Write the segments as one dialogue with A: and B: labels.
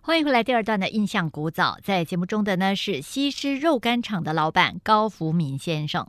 A: 欢迎回来，第二段的印象古早，在节目中的呢是西施肉干厂的老板高福民先生。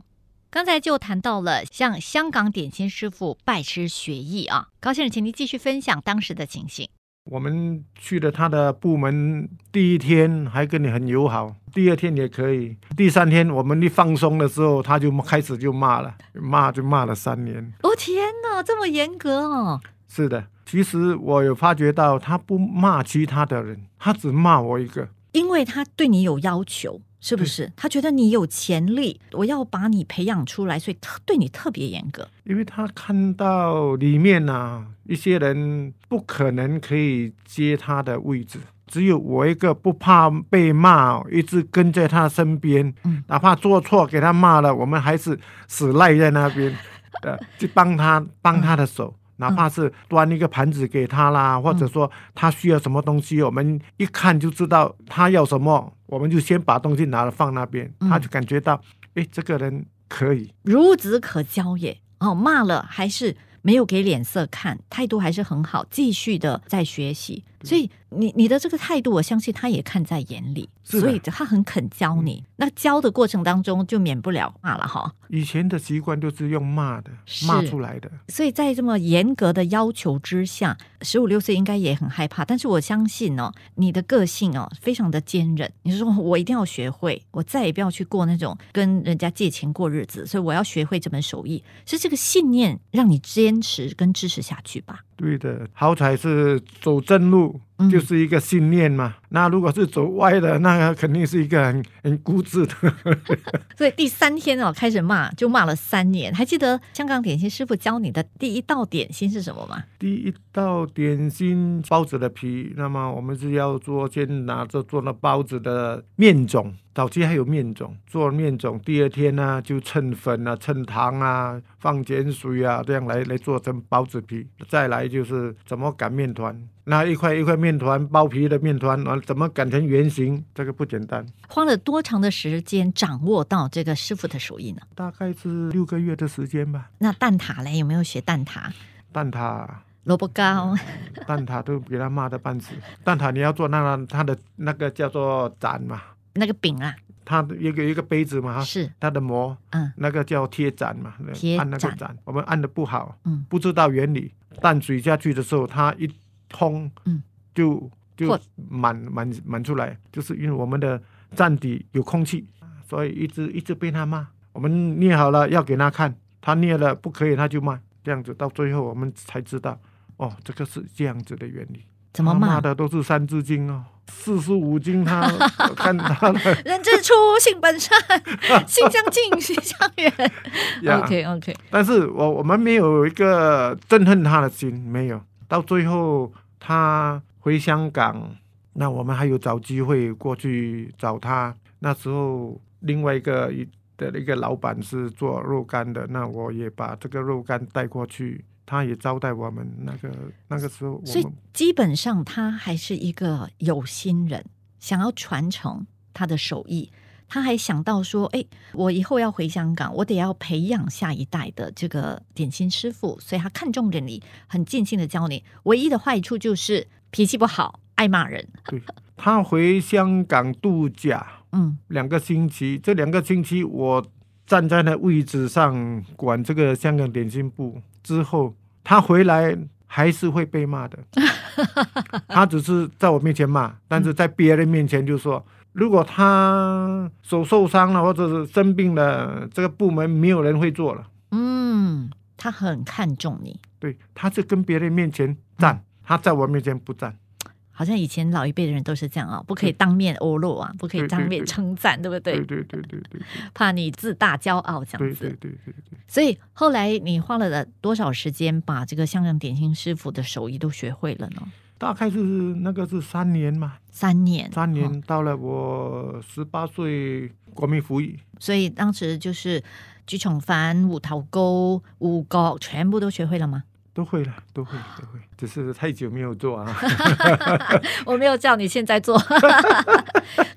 A: 刚才就谈到了向香港点心师傅拜师学艺啊，高先生，请您继续分享当时的情形。
B: 我们去了他的部门，第一天还跟你很友好，第二天也可以，第三天我们一放松的时候，他就开始就骂了，骂就骂了三年。
A: 哦天哪，这么严格哦！
B: 是的，其实我有发觉到，他不骂其他的人，他只骂我一个。
C: 因为他对你有要求，是不是？他觉得你有潜力，我要把你培养出来，所以特对你特别严格。
B: 因为他看到里面呐、一些人不可能可以接他的位置，只有我一个不怕被骂，一直跟在他身边，
A: 嗯
B: 哪怕做错给他骂了，我们还是死赖在那边， 呃，去帮他帮他的
A: 嗯
B: 手。哪怕是端一个盘子给他啦，或者说他需要什么东西，我们一看就知道他要什么，我们就先把东西拿了放那边，
A: 嗯
B: 他就感觉到，诶，这个人可以，
C: 孺子可教也。哦，骂了还是没有给脸色看，态度还是很好，继续的在学习。所以你你的这个态度，我相信他也看在眼里，
B: 是的嗯
C: 所以他很肯教你。那教的过程当中，就免不了骂了哈。
B: 以前的习惯就是用骂的，
C: 是
B: 骂出来的。
C: 所以在这么严格的要求之下，十五六岁应该也很害怕。但是我相信哦，你的个性哦非常的坚韧。你说我一定要学会，我再也不要去过那种跟人家借钱过日子，所以我要学会这门手艺。是这个信念让你坚持跟支持下去吧。
B: 对的，好彩是走正路，
C: 嗯
B: 就是一个信念嘛。那如果是走歪的，那肯定是一个很很固执的。
C: 所以第三天哦开始骂，就骂了三年。还记得香港点心师傅教你的第一道点心是什么吗？
B: 第一道点心包子的皮，那么我们是要做，先拿着做那包子的面种，早期还有面种，做面种，第二天呢、就称粉啊、称糖啊、放碱水啊，这样来来做成包子皮。再来就是怎么擀面团，那一块一块面团包皮的面团，啊，怎么擀成圆形，这个不简单，
C: 花了多长的时间掌握到这个师傅的手艺呢？
B: 大概是六个月的时间吧。
C: 那蛋挞嘞，有没有学蛋挞、
B: 蛋挞。
C: 萝卜糕？
B: 蛋挞都给他骂的半死。蛋挞你要做那个它的那个叫做盏嘛，
C: 那个饼啊，
B: 它的一个一个杯子嘛，哈
C: 是，
B: 它的膜，
C: 嗯，
B: 那个叫贴盏嘛，
C: 贴
B: 按那个
A: 盏
B: 盏，我们按的不好，
C: 嗯，
B: 不知道原理，淡水下去的时候，它一通，
C: 嗯，
B: 就就
C: 破
B: 满满满出来，就是因为我们的站底有空气，所以一直一直被他骂。我们捏好了要给他看，他捏了不可以他就骂，这样子到最后我们才知道，哦，这个是这样子的原理。
C: 怎么
B: 他
C: 骂？
B: 的都是三字经哦，四书五经他看他 的
C: 人之初，性本 善，性相近，习相远。
B: 呀。
C: OK OK，
B: 但是我我们没有一个憎恨他的心，没有。到最后他回香港，那我们还有找机会过去找他。那时候另外一个一的一个老板是做肉干的，那我也把这个肉干带过去，他也招待我们。那个那个时候我
C: 所以
B: 们
C: 基本上他还是一个有心人，想要传承他的手艺。他还想到说，哎，我以后要回香港，我得要培养下一代的这个点心师傅，所以他看中着你，很尽心的教你。唯一的坏处就是脾气不好，爱骂人。
B: 他回香港度假。
C: 嗯，
B: 两个星期，这两个星期我站在那位置上管这个香港点心部之后，他回来还是会被骂的。他只是在我面前骂，但是在别人面前就说，如果他手受伤了或者是生病了，这个部门没有人会做了。
C: 嗯，他很看重你，
B: 对，他是跟别人面前站，他在我面前不站。
C: 好像以前老一辈的人都是这样啊，不可以当面欧露啊，不可以
B: 嗯对对
C: 当面
B: 对
C: 称赞，对不对？
B: 对对对对对
C: 怕你自大骄傲这样
B: 对对
C: 子。
B: 对对对对。
C: 所以后来你花了多少时间把这个香港点心师傅的手艺都学会了呢？
B: 大概是那个是三年嘛，
C: 三年，
B: 三
C: 哦
B: 年到了我十八岁国民服役，
C: 所以当时就是举重帆、五头钩、五角全部都学会了 吗？
B: 都会了，都会了，都会，只是太久没有做啊。
C: 我没有叫你现在做，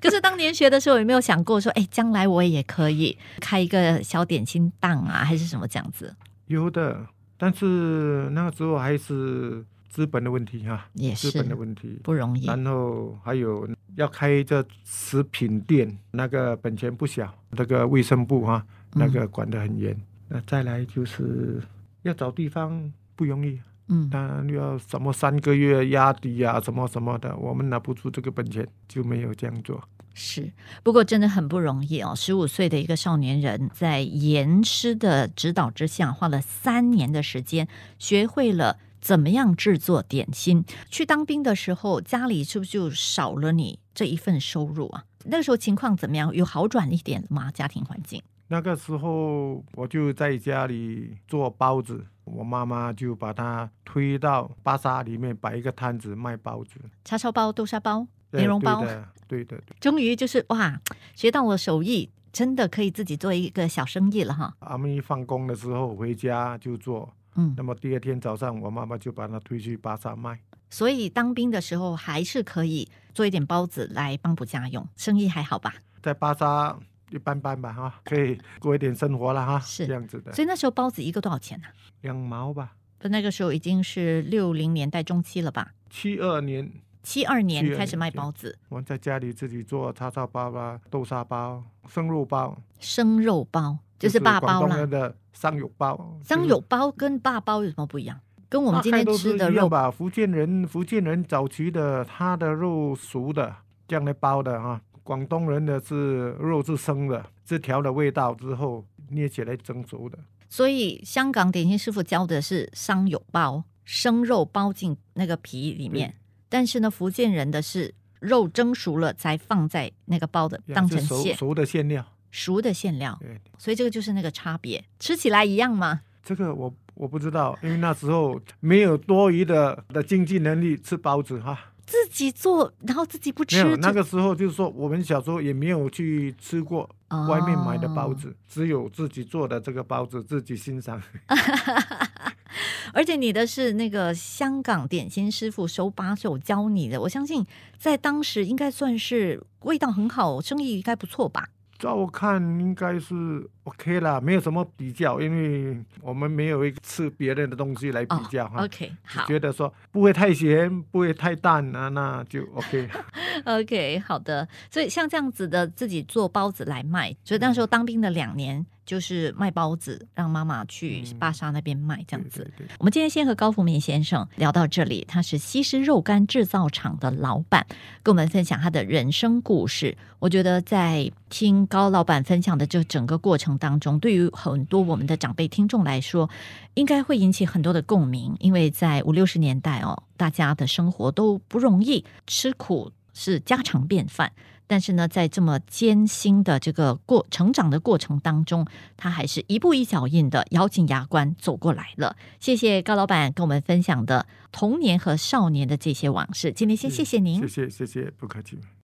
C: 可是当年学的时候有没有想过说，哎，将来我也可以开一个小点心档啊，还是什么这样子？
B: 有的，但是那个时候还是资本的问题哈、
C: 也
B: 资
C: 是
B: 本的问题。
C: 不容易。
B: 然后还有要开这食品店，那个本钱不小，那个卫生部哈、
C: 嗯
B: 那个管得很严。那再来就是要找地方不容易，
C: 嗯，
B: 当然要什么三个月压底啊，什么什么的，我们拿不出这个本钱，就没有这样做。
C: 是，不过真的很不容易哦。十五岁的一个少年人，在严师的指导之下，花了三年的时间，学会了怎么样制作点心。去当兵的时候，家里是不是就少了你这一份收入啊？那个时候情况怎么样？有好转一点了吗？家庭环境？
B: 那个时候我就在家里做包子，我妈妈就把它推到巴沙里面摆一个摊子卖包子，
C: 叉烧包、豆沙包、
B: 对
C: 莲蓉包
B: 对的，对的。
C: 终于就是哇，学到了手艺，真的可以自己做一个小生意了哈。
B: 阿妹放工的时候回家就做，
C: 嗯
B: 那，么第二天早上我妈妈就把它推去巴沙卖。
C: 所以当兵的时候还是可以做一点包子来帮补家用，生意还好吧？
B: 在巴沙一般般吧，哈，可以过一点生活了哈，
C: 是
B: 这样子的，
C: 所以那时候包子一个多少钱呢、啊？
B: 两毛吧。
C: 不，那个时候已经是六零年代中期了吧？
B: 七二年
C: 七二年
B: 72
C: 开始卖
B: 年
C: 包子，
B: 我在家里自己做叉烧包啦、豆沙包、生肉包，
C: 生肉包就是霸
B: 广
C: 包
B: 东
C: 啦
B: 人。的生肉包。
C: 张友包跟霸包有什么不一样？跟我
B: 我
C: 们今天吃的肉
B: 吧，福建人福建人早期的他的肉熟的这样来包的啊，广东人的是肉是生的，是调了味道之后捏起来蒸熟的。
C: 所以香港点心师傅教的是商友包，生肉包进那个皮里面，但是呢，福建人的是肉蒸熟了才放在那个包的
B: 也
C: 当
B: 是
C: 成
B: 熟
C: 馅，
B: 熟的馅料。
C: 熟的馅料，
B: 对，
C: 所以这个就是那个差别，吃起来一样吗？
B: 这个我我不知道，因为那时候没有多余的的经济能力吃包子哈。
C: 自己做，然后自己不
B: 没
C: 吃，
B: 有，那
C: 就
B: 个时候就是说，我们小时候也没有去吃过
C: 哦
B: 外面买的包子，只有自己做的这个包子自己欣赏。
C: 而且你的是那个香港点心师傅手把手教你的，我相信在当时应该算是味道很好，生意应该不错吧？
B: 照看应该是 OK 啦，没有什么比较，因为我们没有一个吃别人的东西来比较哈。
C: o k
B: 只
C: 哦好
B: 觉得说不会太咸，不会太淡啊，那 就 OK。
C: ，OK，好的。所以像这样子的自己做包子来卖，所以那时
B: 嗯
C: 候当兵的两年就是卖包子，让妈妈去
B: 嗯
C: 巴沙那边卖这样子。
B: 对对对
C: 我们今天先和高福明先生聊到这里，他是西施肉干制造厂的老板，跟我们分享他的人生故事。我觉得在听高老板分享的这整个过程当中，对于很多我们的长辈听众来说，应该会引起很多的共鸣，因为在五六十年代哦，大家的生活都不容易，吃苦是家常便饭。但是呢，在这么艰辛的这个过成长的过程当中，他还是一步一脚印的咬紧牙关走过来了。谢谢高老板跟我们分享的童年和少年的这些往事。今天先谢谢您，
B: 嗯谢谢谢谢，不客气。